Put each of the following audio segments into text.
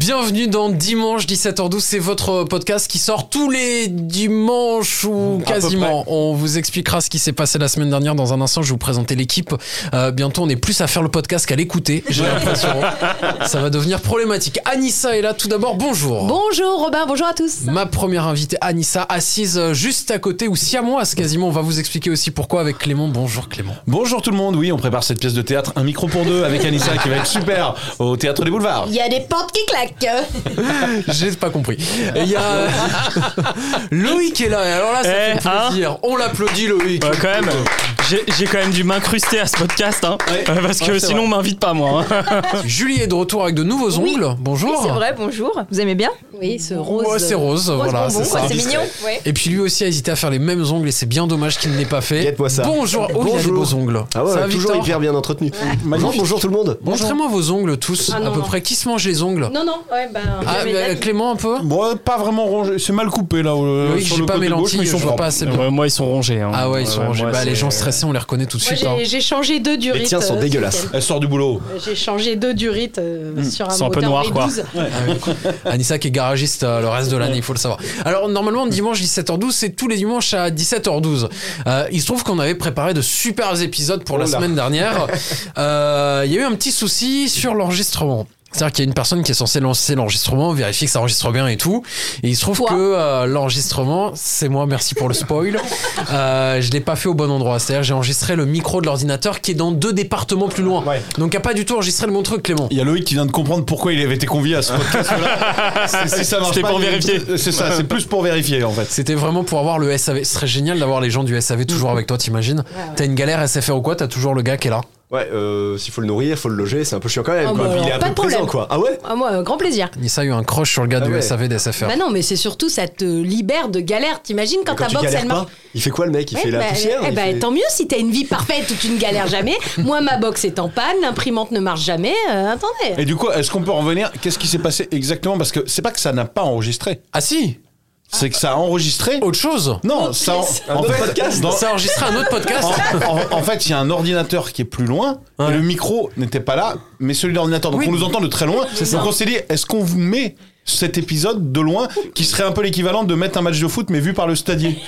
Bienvenue dans Dimanche 17h12, c'est votre podcast qui sort tous les dimanches Mm, ou À peu quasiment. On vous expliquera ce qui s'est passé la semaine dernière dans un instant, je vais vous présenter l'équipe. Euh, bientôt on est plus à faire le podcast qu'à l'écouter, j'ai l'impression. Ça va devenir problématique. Anissa est là tout d'abord, bonjour. Bonjour Robin, bonjour à tous. Ma première invitée, Anissa, assise euh, juste à côté ou siamoise quasiment, on va vous expliquer aussi pourquoi avec Clément. Bonjour Clément. Bonjour tout le monde, oui, on prépare cette pièce de théâtre Un micro pour deux avec Anissa qui va être super au Théâtre des Boulevards. Il y a des portes qui claquent. J'ai pas compris. Et Il y a euh, Loïc est là. Et alors là, ça Eh, fait hein plaisir. On l'applaudit, Loïc. Ouais, Bah, quand même, j'ai j'ai quand même dû m'incruster à ce podcast, hein, Ouais. euh, parce que Ouais, c'est sinon on m'invite pas moi. hein. Julie est de retour avec de nouveaux Oui. ongles. Bonjour. Oui, c'est vrai, bonjour. Vous aimez bien Oui, ce Ouais, rose. c'est rose, voilà, c'est bonbon, ça. quoi, c'est mignon. Ouais. Et puis lui aussi a hésité à faire les mêmes ongles et c'est bien dommage qu'il ne l'ait pas fait. Guette-moi ça. Bonjour, oh, il a des Bonjour. beaux ongles. Ah ouais, ça va, toujours Victor hyper bien entretenu. Bonjour, bonjour tout le monde. Montrez-moi vos ongles tous, Ah, non, à peu non. près. Qui se mange les ongles Non, non, ouais, ben. Ah, jamais bah, d'avis. Clément un peu Bon, euh, pas vraiment rongé, c'est mal coupé là. euh, Loïc, sur j'ai le pas côté mes gauche, lentilles, mais ils sont je vois forts. pas assez bien. Ouais, moi ils sont rongés. hein. Ah ouais, ils sont Ouais, rangés. moi, Bah, les c'est- gens stressés, on les reconnaît tout de Moi, suite. hein. j'ai- j'ai changé deux durites. tiens sont euh, dégueulasses. ce week-end. Elle sort du boulot. J'ai changé deux durites euh, sur un Ils sont un peu moteur noirs, quoi. V12. Anissa qui est garagiste euh, le reste de l'année, il faut le savoir. Alors normalement dimanche 17h12, c'est tous les dimanches à 17h12. Euh, il se trouve qu'on avait préparé de super épisodes pour la Oh là. semaine dernière. Euh, Il y a eu un petit souci sur l'enregistrement. C'est-à-dire qu'il y a une personne qui est censée lancer l'enregistrement, vérifier que ça enregistre bien et tout. Et il se trouve Toi. que euh, l'enregistrement, c'est moi, merci pour le spoil. Euh, je l'ai pas fait au bon endroit. C'est-à-dire j'ai enregistré le micro de l'ordinateur qui est dans deux départements plus loin. Ouais. Donc il a pas du tout enregistré le bon truc, Clément. Il y a Loïc qui vient de comprendre pourquoi il avait été convié à ce podcast là. si ça marche C'était pas, pour il- vérifier. C'est ça, c'est plus pour vérifier en fait. C'était vraiment pour avoir le SAV. Ce serait génial d'avoir les gens du SAV toujours Mhm. avec toi, t'imagines T'as une galère SFR ou quoi, t'as toujours le gars qui est là. Ouais, euh, s'il faut le nourrir, faut le loger, c'est un peu chiant quand même. Ah quoi. bah Puis il est alors, un pas peu de problème. présent quoi. Ah ouais Ah, moi, euh, grand plaisir. Nissa a eu un croche sur le gars Ah du ouais. SAV des SFR. Bah non, mais c'est surtout ça te libère de galère. T'imagines quand, Mais Quand ta tu box galères elle pas, marche. il fait quoi le mec Il Ouais, fait la bah, poussière eh il bah, fait- tant mieux si t'as une vie parfaite où tu ne galères jamais. Moi, ma box est en panne, l'imprimante ne marche jamais. euh, attendez. Et du coup, est-ce qu'on peut en revenir Qu'est-ce qui s'est passé exactement Parce que c'est pas que ça n'a pas enregistré, Ah si c'est que ça a enregistré. Autre chose Non, ça. en- En autre fait, podcast. dans- Ça a enregistré un autre podcast En, en- en fait, il y a un ordinateur qui est plus loin, Ouais. et le micro n'était pas là, mais celui de l'ordinateur. Donc Oui. on nous entend de très loin. Donc on s'est dit, est-ce qu'on vous met cet épisode de loin, qui serait un peu l'équivalent de mettre un match de foot, mais vu par le stadier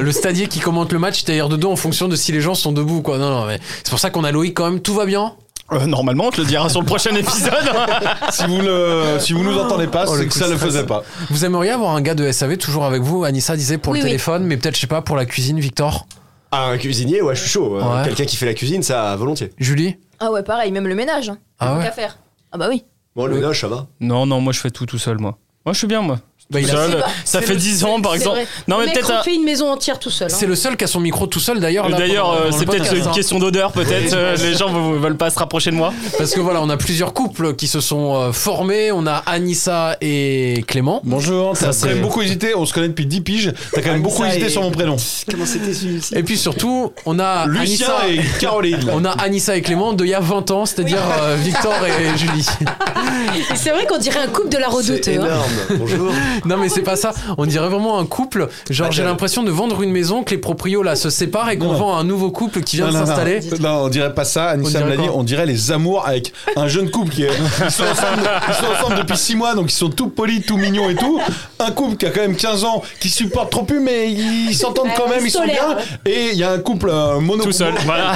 Le stadier qui commente le match, t'as de dos en fonction de si les gens sont debout quoi. Non, non, mais c'est pour ça qu'on a Loïc quand même, tout va bien Euh, normalement, on te le dira sur le prochain épisode. Si vous le, si vous nous entendez pas, Oh, le c'est que coup ça de le stress. faisait pas. Vous aimeriez avoir un gars de SAV toujours avec vous Anissa disait pour le Oui, oui. téléphone, mais peut-être, je sais pas, pour la cuisine, Victor Ah, un cuisinier, ouais, je suis chaud. Euh, Ouais. Quelqu'un qui fait la cuisine, ça, volontiers. Julie Ah ouais, pareil, même le ménage. hein. Ah Tant ouais qu'à faire. Ah bah oui. Bon, le Oui. ménage, ça va. non, non, moi je fais tout tout seul, moi. Moi je suis bien, moi. Bah, il a- Seul, ça fait 10 ans par C'est exemple. vrai. Non, Le mais mec peut-être. un- refait une maison entière tout seul. hein. C'est le seul qui a son micro tout seul d'ailleurs. là, D'ailleurs, pendant- euh, pendant le c'est peut-être podcast, une hein. question d'odeur, peut-être. euh, les gens vou- veulent pas se rapprocher de moi. Parce que voilà, on a plusieurs couples qui se sont euh, formés. On a Anissa et Clément. Bonjour, t'as c'est- quand même beaucoup hésité, on se connaît depuis 10 piges, t'as quand même beaucoup Ça hésité et- sur mon prénom. Comment c'était celui-ci Et puis surtout, on a Lucien Anissa et Caroline. On a Anissa et Clément d'il y a 20 ans, c'est-à-dire euh, Victor et Julie. Et c'est vrai qu'on dirait un couple de la redoute. C'est hein. énorme. Bonjour. Non mais c'est pas ça, on dirait vraiment un couple. Genre j'ai l'impression de vendre une maison, que les proprios là se séparent et qu'on Non. vend à un nouveau couple qui vient Non, de non, non. s'installer. Non. on dirait pas ça. Anissa On me dirait l'a dit, quoi on dirait les amours avec un jeune couple qui est. Ils sont ensemble, ils sont ensemble depuis 6 mois, donc ils sont tout polis, tout mignons et tout. Un couple qui a quand même 15 ans, qui supporte trop plus, mais ils s'entendent quand même, ils sont bien. Et il y a un couple euh, mono, Tout seul, voilà.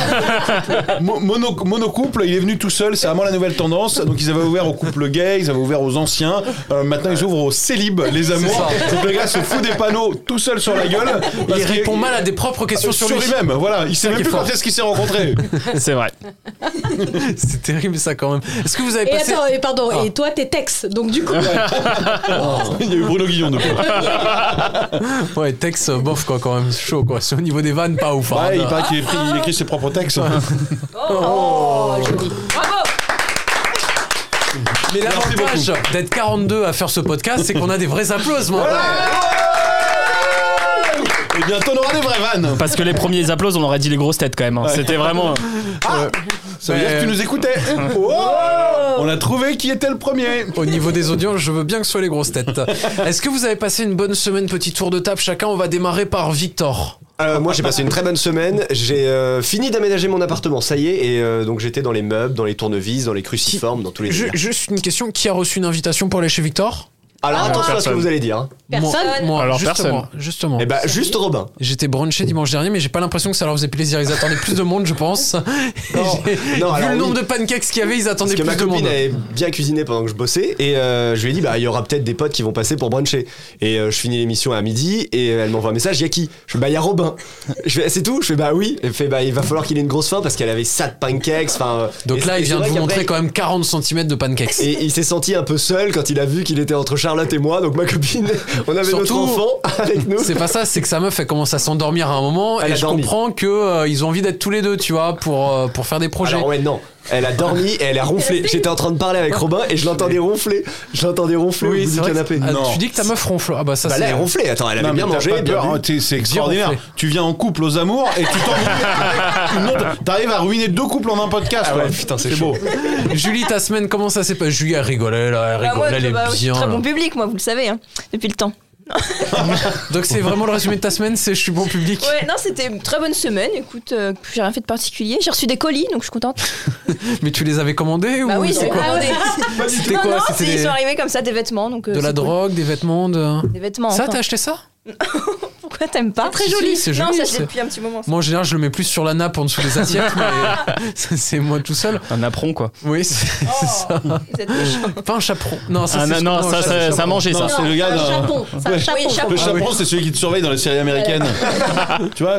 mo- mono- monocouple, il est venu tout seul, c'est vraiment la nouvelle tendance. Donc ils avaient ouvert aux couples gays, ils avaient ouvert aux anciens. Euh, maintenant ils ouvrent aux célibes, les amours. Donc le gars se fout des panneaux tout seul sur la gueule. Il parce que- Ah, répond mal à des propres questions sur, sur lui. lui-même, voilà, il sait même qui est plus quand fort. est-ce qu'ils s'est rencontrés. C'est vrai. C'est terrible ça quand même. Est-ce que vous avez Et passé attends, et pardon, Ah. et toi t'es Tex, donc du coup, Ah. Ah, Il y a eu Bruno Guillon depuis. Ouais, Tex euh, bof quoi quand même chaud quoi. C'est au niveau des vannes pas ouf. hein. Ouais, Bah, il paraît qu'il écrit, il écrit ses propres textes. Ah. oh, joli. Bravo Mais Merci l'avantage d'être 42 à faire ce podcast, c'est qu'on a des vrais applaudissements. Et bientôt on aura des vraies vannes. Parce que les premiers applauses, on aurait dit les grosses têtes quand même. hein. C'était vraiment. Ça veut Mais- dire que tu nous écoutais. Ah. Oh on a trouvé qui était le premier. Au niveau des audiences, je veux bien que ce soit les grosses têtes. Est-ce que vous avez passé une bonne semaine Petit tour de table chacun. On va démarrer par Victor. Euh, moi j'ai passé une très bonne semaine, j'ai euh, fini d'aménager mon appartement, ça y est, et euh, donc j'étais dans les meubles, dans les tournevis, dans les cruciformes, dans tous les... Ju- délires. Juste une question qui a reçu une invitation pour aller chez Victor Alors attention à ce que personne. vous allez dire. hein. Moi, Personne. moi, Alors, juste personne. moi, justement. Eh ben juste Robin. J'étais brunché dimanche dernier, mais j'ai pas l'impression que ça leur faisait plaisir. Ils attendaient plus de monde, je pense. Non, J'ai- non, Vu alors le oui. nombre de pancakes qu'il y avait, ils Parce attendaient que plus ma de monde. copine avait bien cuisiné pendant que je bossais et euh, je lui ai dit bah il y aura peut-être des potes qui vont passer pour bruncher et euh, je finis l'émission à midi et euh, elle m'envoie un message il y a qui je fais bah il y a Robin je fais c'est tout je fais bah oui elle fait bah il va falloir qu'il ait une grosse faim parce qu'elle avait ça de pancakes enfin euh, Donc et- là, et il vient c'est de vrai vous qu'après, montrer quand même 40 cm de pancakes. et il s'est senti un peu seul quand il a vu qu'il était entre Charlotte et moi donc ma copine on avait Surtout- notre enfant avec nous C'est pas ça, c'est que sa meuf, elle commence à s'endormir à un moment, Elle et a je dormi. comprends que euh, ils ont envie d'être tous les deux, tu vois, pour, euh, pour faire des projets. Alors ouais non, elle a dormi et elle a ronflé. J'étais en train de parler avec Robin et je l'entendais ronfler. Je l'entendais ronfler au bout du vrai que- canapé. Ah, Non. Tu dis que ta meuf ronfle. Ah bah ça, Bah là c'est. elle ronflait. Attends, elle avait Non, mais bien t'as mangé, pas bien peur, bu. hein, t'es- c'est extraordinaire. ronfler. Tu viens en couple aux amours et tu t'en une autre- T'arrives à ruiner deux couples en un podcast. Ah quoi. ouais, putain, c'est beau. chaud. Julie, ta semaine, comment ça s'est passé Julie, elle rigolait, là, elle Bah, rigolait, moi, elle je- est bah, je suis bien. très là. bon public, moi, vous le savez, hein, depuis le temps. Donc c'est vraiment le résumé de ta semaine, c'est je suis bon public. Ouais, non, c'était une très bonne semaine. Écoute, euh, j'ai rien fait de particulier. J'ai reçu des colis, donc je suis contente. Mais tu les avais commandés ou Bah oui, c'est c'est quoi commandé. C'était Non, quoi non, C'était si, ils des- sont arrivés comme ça, des vêtements. Donc, euh, De la c'est cool. drogue, des vêtements, de. Des vêtements. Ça, enfin. t'as acheté ça Pourquoi t'aimes pas très Si, joli. si, c'est Non, joli, ça, ça. j'ai depuis un petit moment. ça. Moi en général, je le mets plus sur la nappe en dessous des assiettes, mais ça, c'est moi tout seul. Un apron, quoi. Oui, c'est Oh, c'est ça. Vous êtes méchants. Pas un chaperon. Non, ça, Ah, c'est non, ce non, qu'on ça, mange, ça, ça chaperon. mangeait, ça. Non, c'est le gars C'est un d'un- chapon. C'est un Ouais. chapon. Ah Oui, chapeau. Le chaperon, c'est celui qui te surveille dans les séries américaines. tu vois,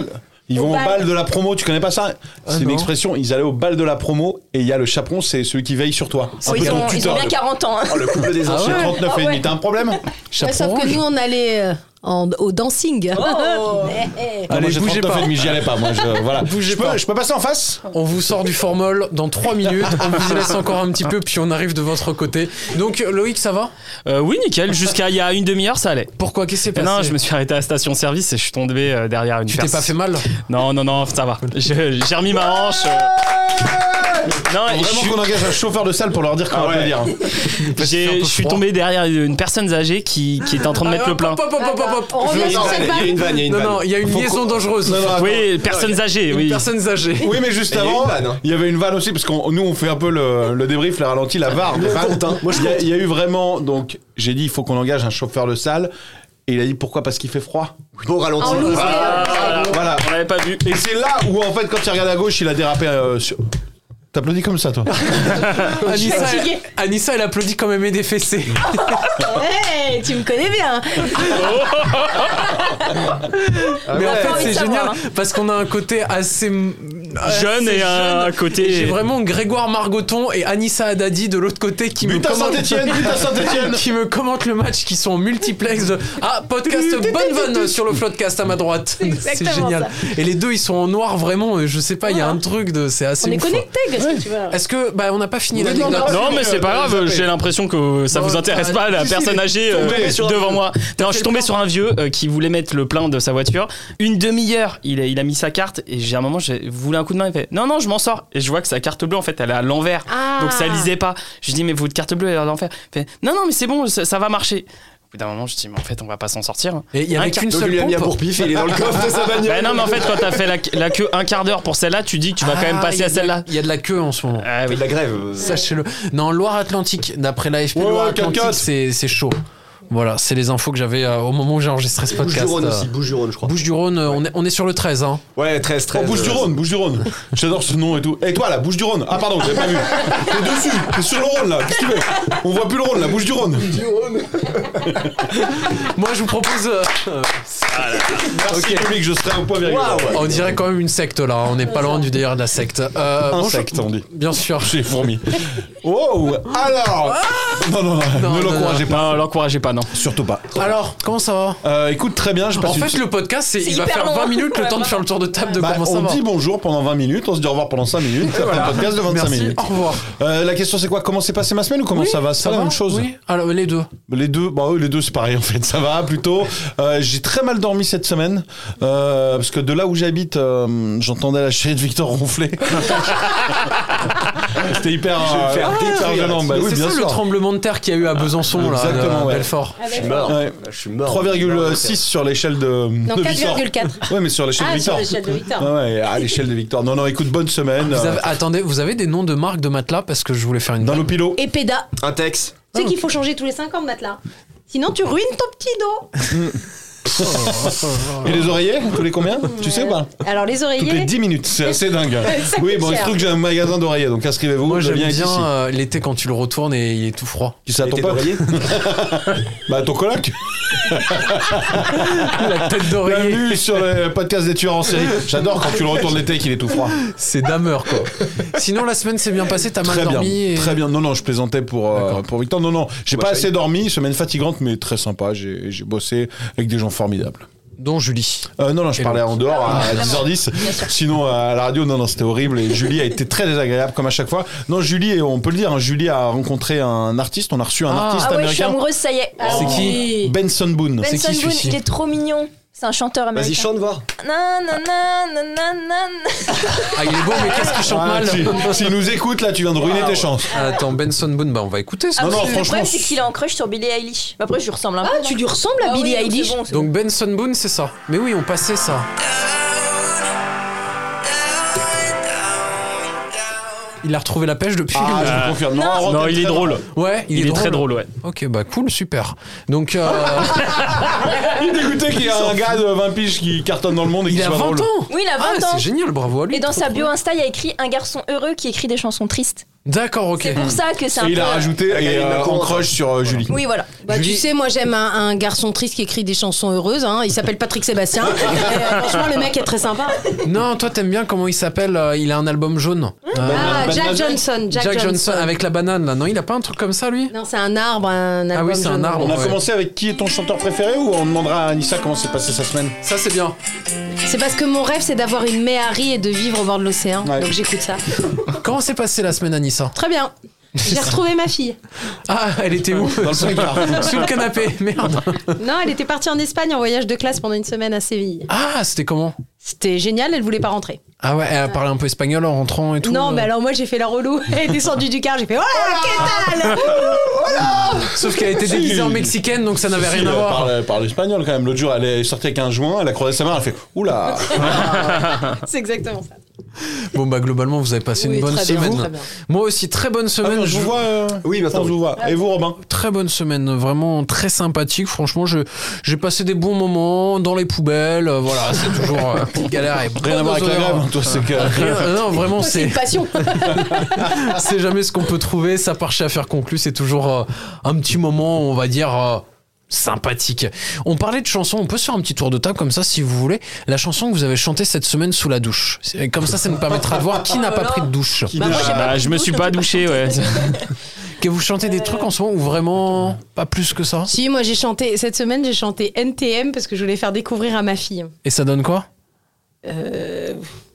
ils vont au bal. bal de la promo, tu connais pas ça Ah, C'est une non. expression, ils allaient au bal de la promo et il y a le chaperon, c'est celui qui veille sur toi. Un Oh, peu ils, ton ont, ils ont tuteur. bien 40 ans. hein. Oh, le couple des C'est anges. 39 Ah et demi, ouais. t'as un problème Bah, Ouais, Chaperon sauf que rouge. nous, on allait euh, en- au dancing. Eh, eh. Non, moi, Allez, j'ai bougez 39 pas. et demi, j'y allais pas. Moi, je, voilà. Bougez je, peux, pas. je peux passer en face On vous sort du formol dans 3 minutes. On vous laisse encore un petit peu, puis on arrive de votre côté. Donc Loïc, ça va Euh, oui, nickel. Jusqu'à il y a une demi-heure, ça allait. Pourquoi Qu'est-ce qui s'est Mais passé Non, je me suis arrêté à la station-service et je suis tombé euh, derrière une Tu t'es perse. pas fait mal Non, non, non, ça va. Je- J'ai remis ma hanche. euh. Non, et je Vraiment suis- qu'on engage un chauffeur de salle pour leur dire qu'on va applaudir. fait un j'ai- peu je froid. suis Ah, tombé derrière une personne âgée qui, qui était en train de mettre le plein. Hop, hop, hop, hop, hop, hop. On revient sur Il cette y a vanne. une vanne, il y a une Non, vanne. non, il y a une Faut liaison qu'on- dangereuse. Non, non, attends. Oui, personnes âgées, Une oui. personne âgée. Oui, mais juste Il y a avant, une vanne, hein. il y avait une vanne aussi, parce qu'on nous, on fait un peu le, le débrief, la ralenti, la barre. des vannes. Moi, je Il y, a- il y a eu vraiment, donc, j'ai dit, il faut qu'on engage un chauffeur de salle. Et il a dit pourquoi Parce qu'il fait froid. Bon ralenti. En loose. Ah, Voilà. On l'avait pas vu. Et c'est là où, en fait, quand il regarde à gauche, il a dérapé. euh, sur- T'applaudis comme ça, toi Anissa, fatiguée. elle, Anissa, elle applaudit quand même et des fessées. Eh, tu me connais bien. Ah, Ah Mais en ouais. fait, Envie de c'est génial savoir, hein. parce qu'on a un côté assez m- assez Jeune et un côté- Et J'ai vraiment Grégoire Margoton et Anissa Haddadi de l'autre côté qui me But à commentent. Saint-Etienne But à Saint-Etienne qui me commentent le match, qui sont en multiplex de Ah, podcast Bonne Vanne sur le floodcast à ma droite. C'est exactement génial. Et les deux, ils sont en noir vraiment. et Je sais pas, il y a un truc de. C'est assez. On est ouf. hein. connectés, qu'est-ce que tu veux Est-ce que. Bah, on n'a pas fini Oui, l'anecdote. non, Non, mais c'est pas grave, j'ai l'impression que ça Non, vous intéresse bah, pas, la si, si, personne mais âgée euh, tombé sur un devant moi. Non, je suis tombé sur un vieux euh, qui voulait mettre le plein de sa voiture. Une demi-heure, il a, il a mis sa carte et j'ai un moment, j'ai voulu un coup de main, il fait Non, non, je m'en sors. Et je vois que sa carte bleue, en fait, elle est à l'envers. Ah. Donc ça lisait pas. Je dis Mais votre carte bleue, elle est à l'envers. Il fait Non, non, mais c'est bon, ça, ça va marcher. Au bout d'un moment, je dis Mais en fait, on va pas s'en sortir. hein. Et il y Un avait quart- qu'une Donc, il seule lui a mis un pompe. pourpif et il est dans le coffre de sa bagnole. Bah non, mais en fait, quand t'as fait la, la queue un quart d'heure pour celle-là, tu dis que tu vas Ah, quand même il y passer a à de la- celle-là. Il y a de la queue en ce moment. Ah C'est oui. de la grève. euh, Sachez-le. Non, Loire-Atlantique, d'après l'AFP, Ouais, ouais, Loire-Atlantique, 4-4. c'est c'est chaud. Voilà, c'est les infos que j'avais euh, au moment où j'ai enregistré ce Bouche du podcast. Rhône euh. aussi, Bouche du Rhône, je crois. Bouche du Rhône, euh, on, est, on est sur le 13. Hein. Ouais, 13, 13. Oh, Bouche du euh, Rhône, Bouche du Rhône. J'adore ce nom et tout. Et toi là, Bouche du Rhône. Ah pardon, j'avais pas vu. T'es dessus, t'es sur le Rhône là. Qu'est-ce que tu veux On voit plus le Rhône là, Bouche du Rhône. Moi, je vous propose. euh, euh, Merci public, je serai au point virgule. Waouh on dirait quand même une secte là. On n'est pas loin du délire de la secte. Euh, bonjour- Insecte, on dit. Bien sûr. Chez fourmi. Oh Alors Non, non, non, Ah Non, ne non, l'encouragez pas. Non, l'encouragez pas, non. Surtout pas. Alors, comment ça va Euh, écoute, très bien, je passe En une- fait, le podcast, c'est, C'est il va hyper faire long. 20 minutes le temps de faire le tour de table de Bah, comment ça on va. dit bonjour pendant 20 minutes, on se dit au revoir pendant 5 minutes, ça fait un podcast de 25 Merci. minutes. Au revoir. Euh, la question c'est quoi Comment s'est passée ma semaine ou comment ça va C'est Ça la va même chose Oui. Alors, les deux. Les deux, bah, eux, les deux c'est pareil en fait, ça va plutôt. Euh, j'ai très mal dormi cette semaine euh, parce que de là où j'habite, euh, j'entendais la chérie de Victor ronfler. C'était hyper. Je vais me faire euh, hyper détruire. gênant. Bah Mais oui, c'est bien ça le sûr. Ah, tremblement de terre qu'il y a eu à Besançon, là, Exactement, à ouais. Ah, Belfort. Je suis mort. Ouais. Je suis mort. 3,6 sur l'échelle de. Non, de Victor. 4,4. Ouais, mais sur l'échelle de Ah, sur Victor. l'échelle de Victor. Ouais, ouais, à l'échelle de Victor. Non, non, écoute, bonne semaine. Vous euh, avez- attendez, vous avez des noms de marques de matelas parce que je voulais faire une. Dans blague. le pilot. Et Péda. Un texte. Tu sais qu'il faut changer tous les 5 ans de matelas. Sinon, tu ruines ton petit dos. Et les oreillers Tous les combien Tu sais ou pas Alors, les Toutes les oreillers. 10 minutes, c'est assez dingue. Ça Oui, coûte bon, il se cher. trouve que j'ai un magasin d'oreillers, donc inscrivez-vous. Moi, je j'aime viens être ici. bien euh, l'été quand tu le retournes et il est tout froid. Tu sais à ton T'es pote d'oreiller Bah, ton coloc Ah, La tête d'oreiller, Bienvenue sur le podcast des tueurs en série. J'adore quand tu le retournes l'été et qu'il est tout froid. c'est dameur quoi. Sinon, la semaine s'est bien passée, t'as mal Très bien. dormi. et- Très bien. Non, non, je plaisantais pour, euh, pour Victor. Non, non, j'ai Moi, pas je assez dormi. Semaine fatigante, mais très sympa. J'ai j'ai bossé avec des gens formidables. Dont Julie. Euh, non, non, je Et parlais l'autre. en dehors à 10h10. Sinon, à la radio, non, non, c'était horrible. Et Julie a été très désagréable, comme à chaque fois. Non, Julie, et on peut le dire, hein, Julie a rencontré un artiste. On a reçu un Ah. artiste Ah ouais, je suis américain, amoureuse, ça y est. C'est Oh. qui Benson Boone. C'est Benson qui, Boone, celui-ci il est trop mignon. C'est un chanteur Vas-y, américain. chante voir. Nan, nan, nan, nan, nan, nan. Ah, il est beau, mais qu'est-ce qu'il chante Ah, mal tu- S'il nous écoute, là, tu viens de ruiner Ah, tes chances. Attends, Benson Boone, bah on va écouter ça. Ah, non, parce que franchement, le problème, c'est c'est- qu'il est en crush sur Billie Eilish. Mais Après, je lui ressemble un peu. hein. Ah, tu lui ressembles à Billie Eilish. Donc Benson Boone, c'est ça. Mais oui, on passait ça. Il a retrouvé la pêche depuis. Ah, je vous confirme. Non, Aaron, Non, t'es il est très drôle. Ouais, il, Il, est, très drôle, ouais. Ok, bah cool, super. Donc euh, Il est dégoûté qu'il y a un gars de 20 piges qui cartonne dans le monde et qui il a soit 20 drôle. ans. Oui, il a Ah, 20 ans. c'est génial, bravo à lui. Et dans trop sa cool. bio Insta, il y a écrit un garçon heureux qui écrit des chansons tristes. D'accord, ok. C'est pour ça que c'est un Et il peu. a rajouté Ah, il et, m'a euh, en convaincu. crush sur euh, Julie. Oui, voilà. Bah, Julie- tu sais, moi j'aime un, un garçon triste qui écrit des chansons heureuses. hein. Il s'appelle Patrick Sébastien. Et, euh, franchement, le mec est très sympa. Non, toi t'aimes bien comment il s'appelle euh, Il a un album jaune. Euh, Ah, Ben Jack Mazel. Johnson. Jack, Johnson. avec la banane là. Non, il a pas un truc comme ça lui Non, c'est un arbre, un album. Ah oui, c'est un jaune. arbre. On a Ouais. commencé avec qui est ton chanteur préféré ou on demandera à Anissa comment s'est passée sa semaine Ça c'est bien. C'est parce que mon rêve, c'est d'avoir une méhari et de vivre au bord de l'océan. Ouais. Donc j'écoute ça. Comment s'est passée la semaine Anissa Très bien. J'ai retrouvé ma fille. Ah, elle était où Dans le Sous le canapé. Merde. Non, elle était partie en Espagne en voyage de classe pendant une semaine à Séville. Ah, c'était comment C'était génial, elle voulait pas rentrer. Ah ouais, elle a parlé un peu espagnol en rentrant et tout. non, euh. mais alors moi j'ai fait la relou. Elle est descendue du car, j'ai fait Oh qu'est-ce que Sauf qu'elle était déguisée en Si. mexicaine, donc ça n'avait Si, rien à elle voir. parle- parle espagnol quand même. L'autre jour, elle est sortie avec un joint, elle a croisé sa mère, elle fait Oula t'as là C'est exactement ça. Bon bah globalement, vous avez passé Oui, une bonne très bien, semaine. très bien. Moi aussi, très bonne Ah, semaine. on se Je- voit. euh, Oui, maintenant, on se oui. voit. Et vous, Robin Très bonne semaine, vraiment très sympathique. Franchement, je j'ai passé des bons moments dans les poubelles. euh, voilà, c'est toujours euh, petite galère et Rien à voir avec la grève, hein, toi, c'est que. Rien- non, vraiment, C'est c'est une passion. c'est jamais ce qu'on peut trouver. Ça part chez Affaires Conclues, c'est toujours euh, un petit moment, on va dire. euh, sympathique. On parlait de chansons, on peut se faire un petit tour de table comme ça si vous voulez. La chanson que vous avez chantée cette semaine sous la douche. C'est- Comme ça, ça nous permettra de voir qui n'a pas pris de douche. Bah, moi, j'ai pas Bah, je me suis pas douché, ouais. Que vous chantez des trucs en ce moment ou vraiment pas plus que ça Si, moi j'ai chanté, cette semaine j'ai chanté NTM parce que je voulais faire découvrir à ma fille. Et ça donne quoi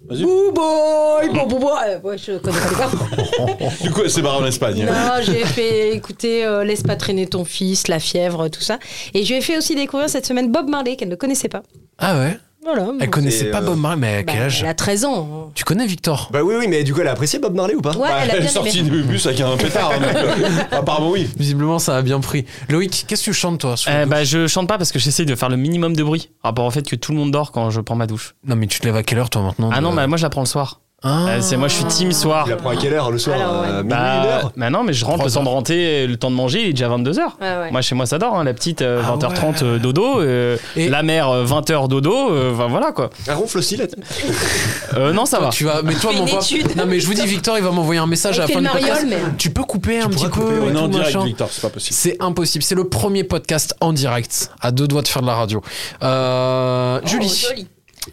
Vas-y. Boo boy, bon, bon, bon. Euh, ouais, je connais pas les paroles. Du coup, c'est barré en Espagne. Non, j'ai fait écouter euh, Laisse pas traîner ton fils, La fièvre, tout ça. Et je lui ai fait aussi découvrir cette semaine Bob Marley qu'elle ne connaissait pas. Ah ouais Voilà. Elle connaissait Et, pas euh, Bob Marley, mais à Bah, quel âge elle a 13 ans. Tu connais Victor Bah oui, oui, mais du coup, elle a apprécié Bob Marley ou pas Ouais, elle a Elle est bien sortie aimé. du bus avec un pétard. hein, donc, euh, Apparemment, oui. Visiblement, ça a bien pris. Loïc, qu'est-ce que tu chantes, toi sous la Euh, douche bah, je chante pas parce que j'essaye de faire le minimum de bruit. Rapport au fait que tout le monde dort quand je prends ma douche. Non, mais tu te lèves à quelle heure, toi, maintenant Ah non, de- bah, moi je la prends le soir. Ah. Euh, c'est moi, je suis team soir. Tu la prends à quelle heure le soir Alors, ouais. Euh, Minuit, une Bah, heure bah non, mais je rentre le temps de rentrer, le temps de manger, il est déjà 22h. Ouais, ouais. Moi chez moi ça dort, hein, la petite euh, Ah 20h30 euh, dodo, euh, Et- la mère euh, 20h dodo, euh, bah, voilà quoi. Elle ronfle aussi là. Euh, non ça va. Tu vas, mais toi, Fais une m'envoie. étude. Non, mais je vous dis, Victor, il va m'envoyer un message à la Elle fait fin le du podcast. mariole, mais. Tu peux couper un petit peu et Non, en tout, direct, machin. Victor, c'est pas possible. C'est impossible. C'est le premier podcast en direct. À deux doigts de faire de la radio. Euh, Julie, Oh, joli.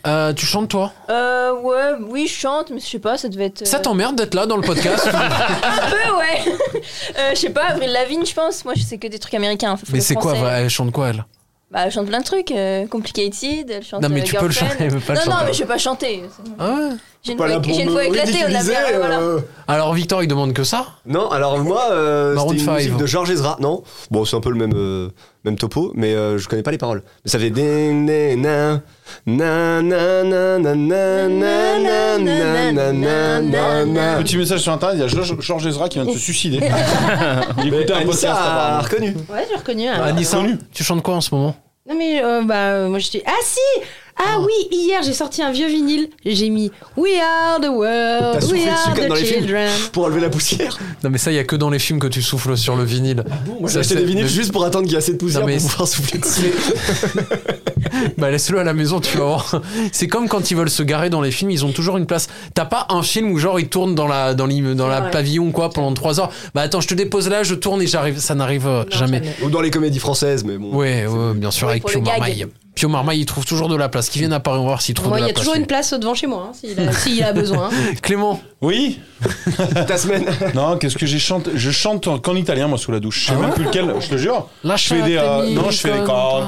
euh, tu chantes toi Euh, ouais, oui, je chante, mais je sais pas, ça devait être. euh, Ça t'emmerde d'être là dans le podcast Un peu, ouais. Euh, je sais pas, Avril Lavigne, je pense. Moi, je sais que des trucs américains. faut Mais le c'est quoi français. vrai, Elle chante quoi elle Bah, elle chante plein de trucs. euh, Complicated, elle chante. Non mais euh, tu peux le Girlfriend. chanter, elle veut pas le non, non, chanter. mais je vais pas chanter. Ah ouais J'ai une Pas là voix pour j'ai une me voix éclatée, on ridiculiser, avait. voilà. euh, Alors Victor, il demande que ça Non, alors moi, euh, Maroon c'était une five. musique de Georges Ezra, non Bon, c'est un peu le même, euh, même topo, mais euh, je connais pas les paroles. Mais ça fait ding, ding, na, na, na, na, na, na, na, na, na, na, na, na, na. Petit message sur internet, il y a Georges Georges Ezra qui vient de se suicider. il écoutait un podcast Anissa a apparemment. reconnu. Ouais, j'ai Ah, reconnu. un. Anissa, tu chantes quoi en ce moment Non mais euh, bah euh, moi je dis ah si ah oui hier j'ai sorti un vieux vinyle j'ai mis We Are the T'as World soufflé We dessus Are comme dans the les films Children pour enlever la poussière. Non mais ça, il y a que dans les films que tu souffles sur le vinyle. Moi, j'ai Ça, acheté c'est- des vinyles juste pour attendre qu'il y ait assez de poussière Non, mais pour pouvoir souffler dessus. Bah laisse-le à la maison, tu vas voir. C'est comme quand ils veulent se garer dans les films, ils ont toujours une place. T'as pas un film où genre ils tournent dans la dans, l'i- dans la Ouais. pavillon quoi pendant trois heures. Bah attends, je te dépose là, je tourne et j'arrive. Ça n'arrive euh, jamais. Ou dans les comédies françaises, mais bon. Ouais, ouais, bien sûr Oui, avec pour Pio le gag. Marmaille. Pio Marmaille, il trouve toujours de la place. Qui viennent à Paris, on va voir s'il trouve Moi, de il y la a place. toujours une place devant chez moi, hein, s'il a, s'il a besoin. Clément, Oui Ta semaine. Non, qu'est-ce que j'ai chanté Je chante en- qu'en italien, moi, sous la douche. Je Ah sais même plus lequel, je te jure. Lâche je fais des. euh, non, je fais des. Quand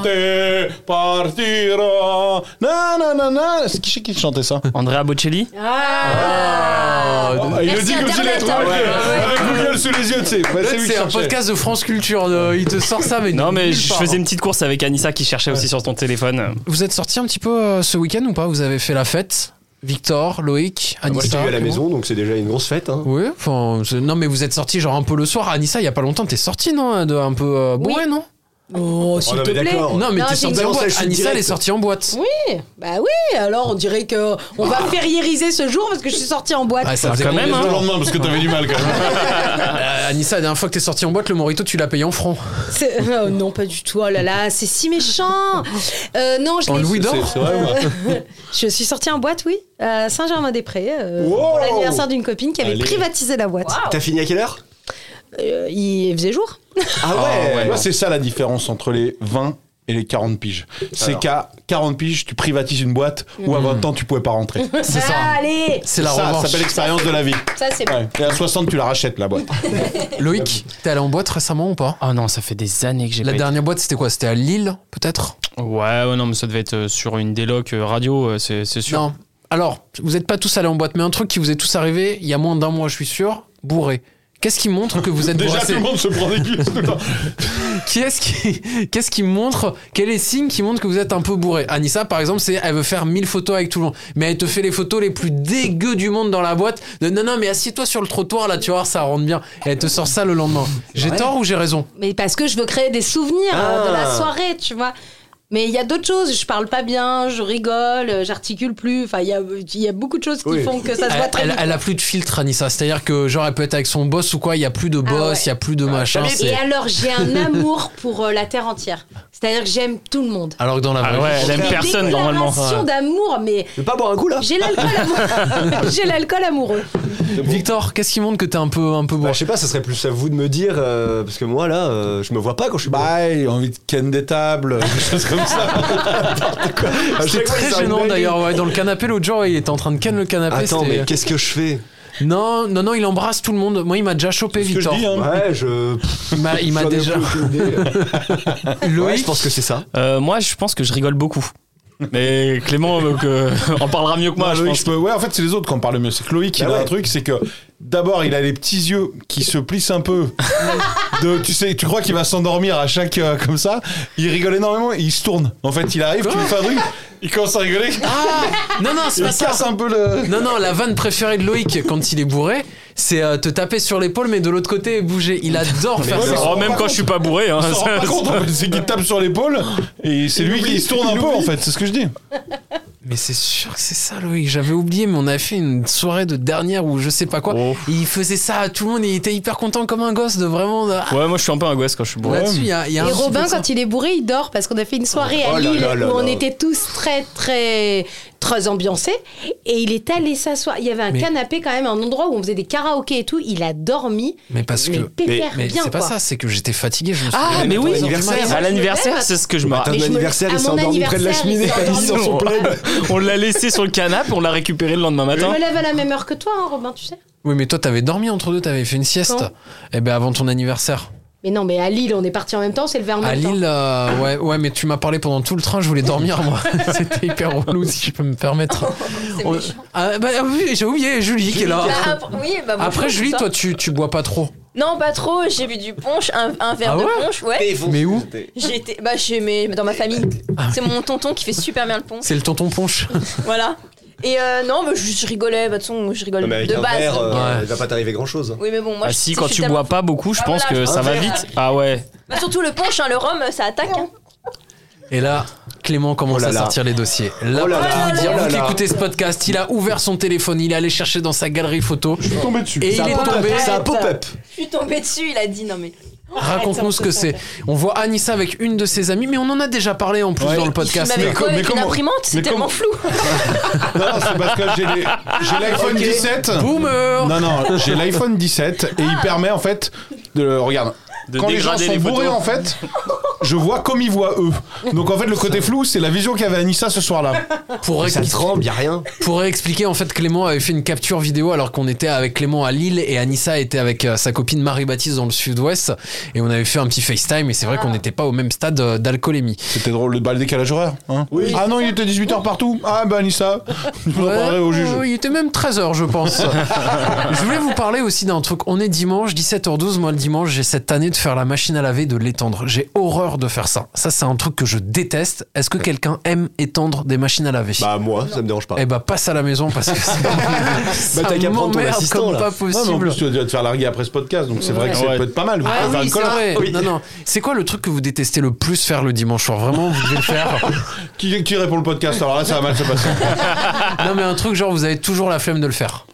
partira. Na na na na. C'est qui c'est qui chantait ça Andrea Bocelli Ah, Oh, Il le Merci dit comme s'il avait Internet, trouvé hein. Google. Avec Google sous les yeux, tu sais. Bah, c'est lui qui c'est un cherchait. podcast de France Culture. euh, il te sort ça, mais Non, mais nulle je part. faisais une petite course avec Anissa qui cherchait aussi sur ton téléphone. Vous êtes sorti un petit peu euh, ce week-end ou pas Vous avez fait la fête Victor, Loïc, Ah, Moi, j'étais Anissa. à la Clément maison, donc c'est déjà une grosse fête. hein. Oui, enfin, c'est- non, mais vous êtes sorti genre un peu le soir. Anissa, il y a pas longtemps, t'es sorti, non de, Un peu euh, bourré, non Oh, Oh, non, s'il te mais plaît. d'accord. Non, mais Non, t'es j'ai sorti une en grosse boîte. chute Anissa, elle est directe. sortie en boîte. Oui, bah oui, alors on dirait que on va fériériser ce jour parce que je suis sortie en boîte. Ah, ça faisait quand longtemps. même, hein. Le lendemain, parce que t'avais du mal quand même. Euh, Anissa, la dernière fois que t'es sorti en boîte, le Morito, tu l'as payé en francs. C'est- oh, non, pas du tout. Oh là là, c'est si méchant. Euh, non, je En l'ai- louis d'or C'est- c'est vrai ou Je suis sortie en boîte, oui, à Saint-Germain-des-Prés, euh, Wow. pour l'anniversaire d'une copine qui avait Allez. privatisé la boîte. T'as fini à quelle heure Euh, il faisait jour. Ah Ah ouais, ouais moi, c'est ça la différence entre les 20 et les 40 piges. C'est Alors. qu'à 40 piges, tu privatises une boîte où à 20 ans, tu pouvais pas rentrer. C'est ça. Allez, C'est la ça, ça revanche. s'appelle l'expérience de la vie. ça c'est bon. Ouais. Et à 60, tu la rachètes, la boîte. Loïc, t'es allé en boîte récemment ou pas Oh non, ça fait des années que j'ai La pas été- dernière boîte, c'était quoi C'était à Lille, peut-être Ouais, ouais, non, mais ça devait être euh, sur une déloc euh, radio, euh, c'est c'est sûr. Non. Alors, vous n'êtes pas tous allés en boîte, mais un truc qui vous est tous arrivé il y a moins d'un mois, je suis sûr, bourré. Qu'est-ce qui montre que vous êtes Déjà, bourré tout le monde se prend des cuisses tout le temps. Qui est-ce qui, qu'est-ce qui montre, quel est le signe qui montre que vous êtes un peu bourré Anissa, par exemple, c'est elle veut faire 1000 photos avec tout le monde, mais elle te fait les photos les plus dégueux du monde dans la boîte. De, non, non, mais assieds-toi sur le trottoir là, tu vois, ça rentre bien. Et elle te sort ça le lendemain. J'ai tort ou j'ai raison Mais parce que je veux créer des souvenirs euh, de Ah. la soirée, tu vois. Mais il y a d'autres choses, je parle pas bien, je rigole, euh, j'articule plus, enfin il y a, il y a beaucoup de choses qui Oui. font que ça se voit elle, très elle- vite. elle a plus de filtre, Anissa. C'est-à-dire que, genre, elle peut être avec son boss ou quoi, il y a plus de boss, il Ah ouais. y a plus de machin. Et c'est- alors j'ai un amour pour euh, la terre entière. C'est-à-dire que j'aime tout le monde. Alors que dans la vraie Ah vie, ouais, elle aime Des personne normalement. euh. déclarations d'amour, mais Je veux pas boire un coup là j'ai l'alcool amoureux. j'ai l'alcool amoureux. Victor, qu'est-ce qui montre que t'es un peu, un peu Bah, bourré je sais pas, ça serait plus à vous de me dire, euh, parce que moi là, euh, je me vois pas quand je suis bourré. Bye, envie de ken des tables, des choses comme ça. À C'est chaque fois, très ça gênant me d'ailleurs, ouais. Dans le canapé, l'autre jour, il était en train de ken le canapé. Attends, c'était- mais qu'est-ce que je fais Non, non, non, il embrasse tout le monde. Moi, il m'a déjà chopé, Ce que je Victor. dis, hein. Ouais, je. pff, Il m'a- il m'a j'en ai déjà. aucune idée. Ouais, je Loïc, pense que c'est ça. Euh, moi, je pense que je rigole beaucoup. Mais Clément euh, que- en parlera mieux que moi, Moi, je Loïc, pense. je peux- Ouais, en fait, c'est les autres qui en parlent le mieux. C'est que Loïc, il Bah a ouais. un truc, c'est que d'abord, il a les petits yeux qui se plissent un peu. de, tu sais, tu crois qu'il va s'endormir à chaque euh, comme ça. Il rigole énormément et il se tourne. En fait, il arrive, tu lui fais un truc, il commence à rigoler. Ah Non, non, c'est Il pas ça. casse un peu le. Non, non, la vanne préférée de Loïc quand il est bourré, c'est euh, te taper sur l'épaule, mais de l'autre côté et bouger. Il adore faire ouais, ça. mais- Oh, s'en même rend quand pas je suis pas bourré. hein, Il Ah, s'en rend ça- pas compte, en fait. c'est qu'il tape sur l'épaule et c'est lui qui se tourne un peu en fait, c'est ce que je dis. Mais c'est sûr que c'est ça, Loïc. J'avais oublié, mais on a fait une soirée de dernière ou je sais pas quoi. Oh. Et il faisait ça à tout le monde et il était hyper content comme un gosse de vraiment. de- Ah, Ouais, moi je suis un peu angoisse quand je suis bourré. Là-dessus, il y a, il y a un Et petit peu Robin, de ça. quand il est bourré, il dort parce qu'on a fait une soirée Oh là à Lille là là où on là. était tous très, très, très ambiancés. Et il est allé s'asseoir. Il y avait un Mais- canapé quand même, un endroit où on faisait des karaokés et tout. Il a dormi. Mais parce mais que. pépère Mais bien, c'est pas quoi. ça, c'est que j'étais fatigué. Je me suis Ah, réveillé mais à oui, 3 heures du anniversaire. matin. à l'anniversaire, c'est ce que je me Attends, rappelle. je Bah, ton me- anniversaire, à il s'est mon endormi près de la anniversaire, il cheminée, s'est assis sur son endormi. plaid. On l'a laissé sur le canapé, on l'a récupéré le lendemain Je matin. me lève à la même heure que toi, hein, Robin, tu sais. Oui, mais toi, t'avais dormi entre deux, t'avais fait une sieste. Quand eh ben, avant ton anniversaire. Mais non, mais à Lille, on est parti en même temps, c'est levé en À même temps. Lille, euh, ouais, ouais, mais tu m'as parlé pendant tout le train, je voulais dormir, moi. C'était hyper relou, si je peux me permettre. C'est On- méchant. Ah, bah oui, j'ai oublié Julie qui est là. Bah, après- oui, bah, bonjour, Après, Julie, bonsoir. toi, tu, tu bois pas trop. Non, pas trop. J'ai bu du punch, un, un verre Ah de ouais punch, ouais. Mais où J'étais, bah, chez mes, dans ma famille. Ah C'est mon tonton qui fait super bien le punch. C'est le tonton Ponche. Voilà. Et euh, non, mais je, je rigolais. Bah, de toute façon, je rigole Non, mais avec de un base. verre, donc, euh, Ouais. il va pas t'arriver hein. grand chose. Oui, mais bon, moi, Ah je- si, sais, quand je suis tu bois tellement- pas beaucoup, je Ah, pense voilà, que je ça va préfère. vite. Ah ouais. Bah, surtout le punch, hein, le rhum, ça attaque. hein. Et là, Clément commence Oh là à là. sortir les dossiers. Là, Oh là pour là. tout vous dire, Oh là vous qui là. écoutez ce podcast, il a ouvert son téléphone, il est allé chercher dans sa galerie photo. Je suis tombé dessus. Et C'est il un est pop-up, tombé. C'est un pop-up. Je suis tombée dessus. Il a dit non mais. Raconte-nous ce que c'est. On voit Anissa avec une de ses amies, mais on en a déjà parlé en plus Ouais. dans le Il podcast. Mais Mais co- quoi mais avec une comment- imprimante C'est mais tellement comment- flou. Non, non, c'est parce que j'ai les- j'ai l'iPhone 17. Boomer Non, non, j'ai l'iPhone 17 et il permet en fait de. Regarde. De Quand les gens dégrader sont les photos. bourrés en fait, je vois comme ils voient eux. Donc en fait, le côté flou, c'est la vision qu'avait Anissa ce soir-là. pour, Ça ex- tremble, y a rien. pour expliquer, en fait, Clément avait fait une capture vidéo alors qu'on était avec Clément à Lille et Anissa était avec euh, sa copine Marie-Baptiste dans le sud-ouest. Et on avait fait un petit FaceTime et c'est vrai qu'on n'était pas au même stade euh, d'alcoolémie. C'était drôle, le bal décalage horaire. hein. Oui. Ah non, il était 18h partout. Ah bah Anissa, je vous en parlerai au juge. Ouais, il était même 13h, je pense. je voulais vous parler aussi d'un truc. On est dimanche, 17h12. Moi, le dimanche, j'ai cette année de faire la machine à laver, de l'étendre. J'ai horreur de faire ça. Ça, c'est un truc que je déteste. Est-ce que quelqu'un aime étendre des machines à laver Bah, moi, ça me dérange pas. Eh bah, passe à la maison parce que Bah, c'est. ça t'as qu'à prendre ton m'emmerde assistant, comme là. pas Non, mais en possible. plus, tu vas déjà te faire larguer après ce podcast, donc c'est vrai que ça Ouais. peut être pas mal. Vous Ah pouvez faire oui, une c'est colère. vrai. Non, non. C'est quoi le truc que vous détestez le plus faire le dimanche soir Vraiment, vous devez le faire. Qui, qui répond le podcast Alors là, ça va mal se passer. Non, mais un truc genre, vous avez toujours la flemme de le faire.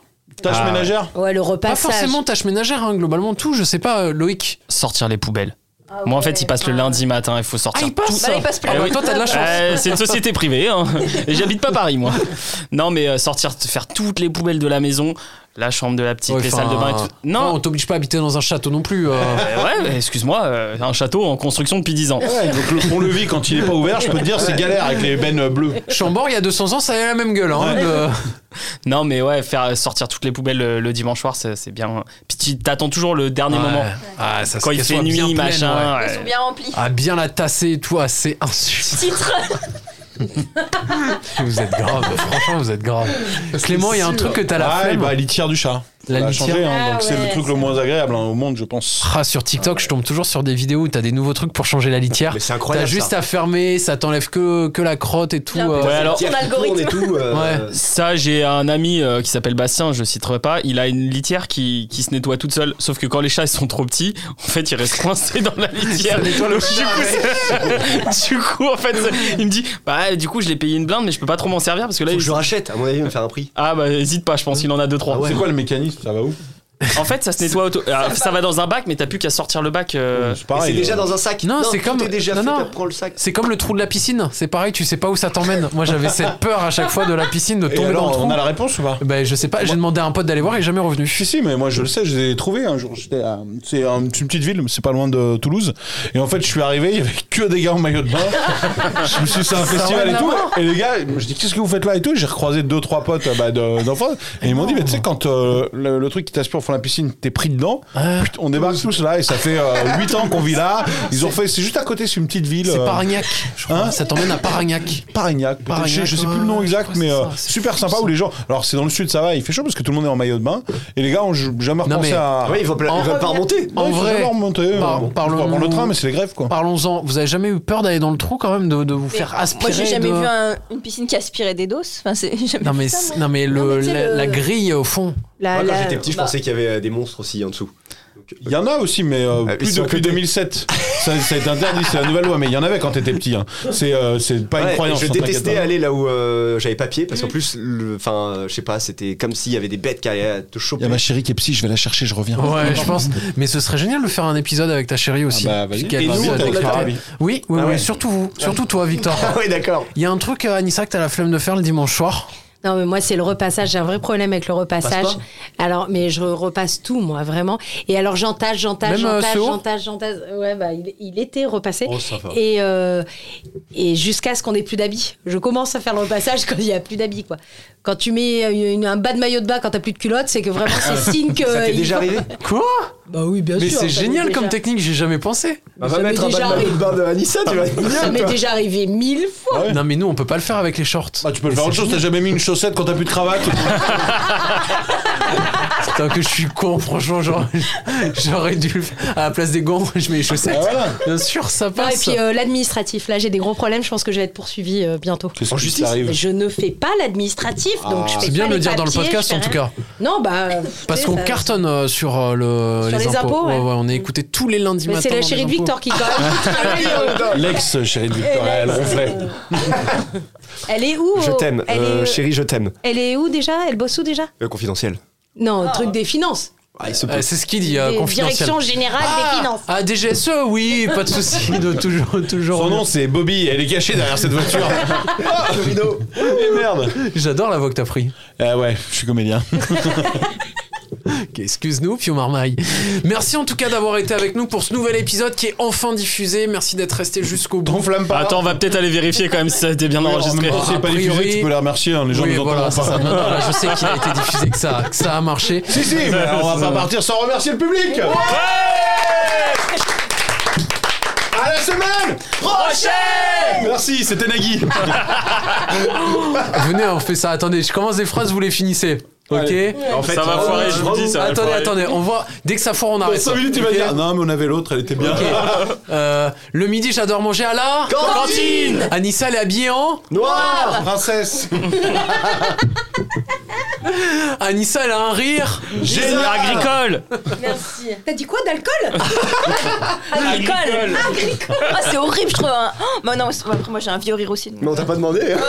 Tâche Ah. ménagère Ouais, le Pas repassage. forcément tâche ménagère, hein, globalement tout. Je sais pas, euh, Loïc. Sortir les poubelles. Moi en fait, il passe le lundi matin, il faut sortir. passe Ah. Bah là, il passe plus. Ah bah, toi, t'as de la chance. Euh, c'est une société privée, hein. Et j'habite pas Paris moi. Non mais euh, sortir, faire toutes les poubelles de la maison, la chambre de la petite, Ouais, les enfin, salles de bain et tout. Non, Non, on t'oblige pas à habiter dans un château non plus. euh. euh, ouais, mais excuse-moi, euh, un château en construction depuis 10 ans. Donc le pont-levis, quand il est pas ouvert, je peux te dire, c'est galère avec les bennes bleues. Chambord, il y a 200 ans, ça avait la même gueule. hein, de- Non mais ouais, faire euh, sortir toutes les poubelles euh, le, le dimanche soir, c'est c'est bien. Puis tu t'attends toujours le dernier Ouais. moment. Ah, ça, c'est Quand il qu'elle fait soit nuit, bien pleine, ouais. machin. Ils ouais. sont bien remplis. Ah, bien la tasser et tout, ah, c'est insulte. Titre. Vous êtes grave, franchement, vous êtes grave. Clément, il y a un truc que t'as la Ouais, flemme. bah, litière du chat. La Ça a litière. changé, hein, Ah donc c'est le ouais, truc le moins agréable hein, au monde, je pense. Ah, sur TikTok, je tombe toujours sur des vidéos où t'as des nouveaux trucs pour changer la litière. Mais c'est T'as incroyable. juste ça. à fermer, ça t'enlève que, que la crotte et tout. Bien, euh. Ouais, alors- Tiens, Ton qui tourne et tout. euh, Ça, j'ai un ami euh, qui s'appelle Bastien, je le citerai pas. Il a une litière qui, qui se nettoie toute seule. Sauf que quand les chats ils sont trop petits, en fait, ils restent coincés dans la litière. du, coup, c'est- du coup, en fait, il me dit Bah, du coup, je l'ai payé une blinde, mais je peux pas trop m'en servir parce que là, Faut que il- je rachète, à mon avis, il va me faire un prix. Ah, bah, hésite pas, je pense qu'il en a deux, trois. C'est quoi le mécanisme Ça va où En fait, ça se nettoie auto. Ah, ça va dans un bac, mais t'as plus qu'à sortir le bac. euh, C'est Mais pareil. C'est déjà euh, dans un sac. Non, c'est tout comme- est déjà non, fait, non. t'as- prends le sac. C'est comme le trou de la piscine, c'est pareil, tu sais pas où ça t'emmène. Moi j'avais cette peur à chaque fois de la piscine de Et tomber alors, dans le on a trou. la Euh, réponse ou pas Ben je sais pas, j'ai demandé à un pote d'aller voir et il est jamais revenu. Si, si, mais moi je le sais, je les ai trouvés un jour. J'étais à- C'est un- c'est une petite ville, mais c'est pas loin de Toulouse. Et en fait, je suis arrivé, il y avait que des gars en maillot de bain. je me suis dit, c'est un festival et tout. Et les gars, je dis, qu'est-ce que vous faites là et tout. J'ai recroisé deux, trois potes bah, de- d'enfants. Et ils m'ont dit, mais tu sais, quand euh, le, le truc qui t'aspire au fond de la piscine, t'es pris dedans, putain, on débarque tous là et ça fait 8 ans qu'on vit là. Ils ont fait, c'est juste à côté, c'est une petite ville. C'est euh, Parignac, je crois. Hein ça t'emmène à Parignac. Parignac, peut-être. Parignac, je, je sais ouais, plus le nom ouais, exact, ouais, mais c'est euh, ça, c'est super fou, sympa ça. où les gens. Alors c'est dans le sud, ça va, il fait chaud parce que tout le monde est en maillot de bain et les gars ont j- jamais Non, repensé mais- à. Ah, Ouais, il va pla- En- il va pas remonter. En Ouais, ils sont vrai, jamais remontés, par- euh, bon, parlons- on va prendre le train, mais c'est les grèves quoi. Parlons-en, vous avez jamais eu peur d'aller dans le trou quand même, de, de vous faire aspirer Moi, j'ai jamais de- vu un- une piscine qui aspirait des doses. Enfin, c'est j'ai jamais Non mais, vu ça, c'est- moi. non, mais, le, mais tu sais, la, le- la grille au fond. La- Moi, quand la- j'étais petit, je bah. pensais qu'il y avait euh, des monstres aussi en dessous. Donc, Il y en a aussi, mais euh, Ah, ils plus sont depuis que deux. 2007. ça, ça a été interdit, c'est la nouvelle loi, mais il y en avait quand t'étais petit. hein. C'est euh, c'est pas Ouais, une et croyance. je hein, t'inquiète détestais pas. aller là où euh, j'avais papier parce Mm. qu'en plus, le- enfin, euh, je sais pas, c'était comme s'il y avait des bêtes qui allaient Il te y choper. a ma chérie qui est psy, je vais la chercher, je reviens. Ouais, je pense. Mais ce serait génial de faire un épisode avec ta chérie aussi. bah, vas-y. Puisqu'elle Et va nous, bien avec être- Clara. Oui, oui, Ah oui, ouais. surtout vous, surtout toi, Victor. Ah ouais, d'accord. Il y a un truc, euh, Anissa, que t'as la flemme de faire le dimanche soir. Non, mais moi, c'est le repassage. J'ai un vrai problème avec le repassage. Passe Alors, mais je repasse tout, moi, vraiment. Et alors, j'entasse, j'entasse, Même, euh, j'entasse, ce haut j'entasse, j'entasse. Ouais, bah, il, il était repassé. Oh, ça va. Et, euh, et jusqu'à ce qu'on ait plus d'habits. Je commence à faire le repassage quand il n'y a plus d'habits, quoi. Quand tu mets une- un bas de maillot de bain quand t'as plus de culotte, c'est que vraiment c'est signe que. Ah Ça t'est déjà arrivé Quoi Bah oui, bien Mais sûr. c'est ça génial m'est comme déjà- technique, j'ai jamais pensé. Bah, Ça Va m'est mettre un déjà bas de arrivé. bain de Anissa, tu vas Ça être bien. m'est toi. déjà arrivé mille fois. Ouais. Non mais nous on peut pas le faire avec les shorts. Bah, tu peux faire autre chose, t'as jamais mis une chaussette quand t'as plus de cravate. Putain que je suis con, franchement, genre, j'aurais dû le faire. à la place des gants, je mets les Ah, chaussettes. voilà. Bien sûr, ça Non, et passe. puis euh, l'administratif, là j'ai des gros problèmes, je pense que je vais être poursuivi euh, bientôt. Qu'est-ce En qui justice t'arrive Je ne fais pas l'administratif, Ah. donc je fais c'est bien pas de le les dire dans le papiers, podcast je fais en tout rien. cas. Non, bah. Parce tu sais, qu'on ça- cartonne euh, sur, euh, le, Sur les impôts, ouais. on est écouté tous les lundis Mais matin. c'est la dans chérie de les impôts. Victor qui quand même Ah. travaille, euh, L'ex chérie de Victor, elle ronflait. Elle est où Je euh, t'aime, elle, euh, est, chérie, je t'aime. elle est où déjà Elle bosse où déjà Ah. Euh, Confidentiel. Non, le truc des finances. Ah, il se Euh, peut. c'est ce qu'il dit, euh, Des- confidentiel. Direction générale des finances. Ah, DGSE, oui, pas de souci, de toujours, toujours. Son nom c'est Bobby, elle est cachée derrière cette voiture. Ah, le rideau. Eh merde J'adore la voix que t'as pris. Ah ouais, je suis comédien. Ok, Excuse-nous, Pio Marmaille. Merci en tout cas d'avoir été avec nous pour ce nouvel épisode qui est enfin diffusé. Merci d'être resté jusqu'au bout. T'enflamme pas. Bah, Attends, on va peut-être aller vérifier quand même si ça a été bien Oui, enregistré. en même temps, C'est pas A diffusé, priori- tu peux la remercier, hein, les gens Oui, nous voilà, entendront c'est ça. pas. Non, non, là, je sais qu'il a été diffusé, que ça, que ça a marché. Si, si, mais on va pas partir sans remercier le public À la semaine prochaine Merci, c'était Nagui. Venez, on fait ça. Attendez, je commence des phrases, vous les finissez. Ok Allez. En fait, Ça va euh, foirer, je vous dis, ça va Attendez, foirer. attendez, on voit. Dès que ça foire, on Dans arrête. 5 minutes, il va Ok dire Non, mais on avait l'autre, elle était bien. Ok. Euh, le midi, j'adore manger à la Cantine Anissa, elle est habillée en. Noir Princesse Anissa, elle a un rire. Génial Agricole Merci. T'as dit quoi d'alcool Agricole Ah, c'est horrible, je trouve. hein. Oh, bah non, c'est- après moi j'ai un vieux rire aussi. donc. Mais on t'a pas demandé. hein.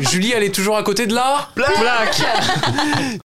Julie, elle est toujours à côté de là. Plaque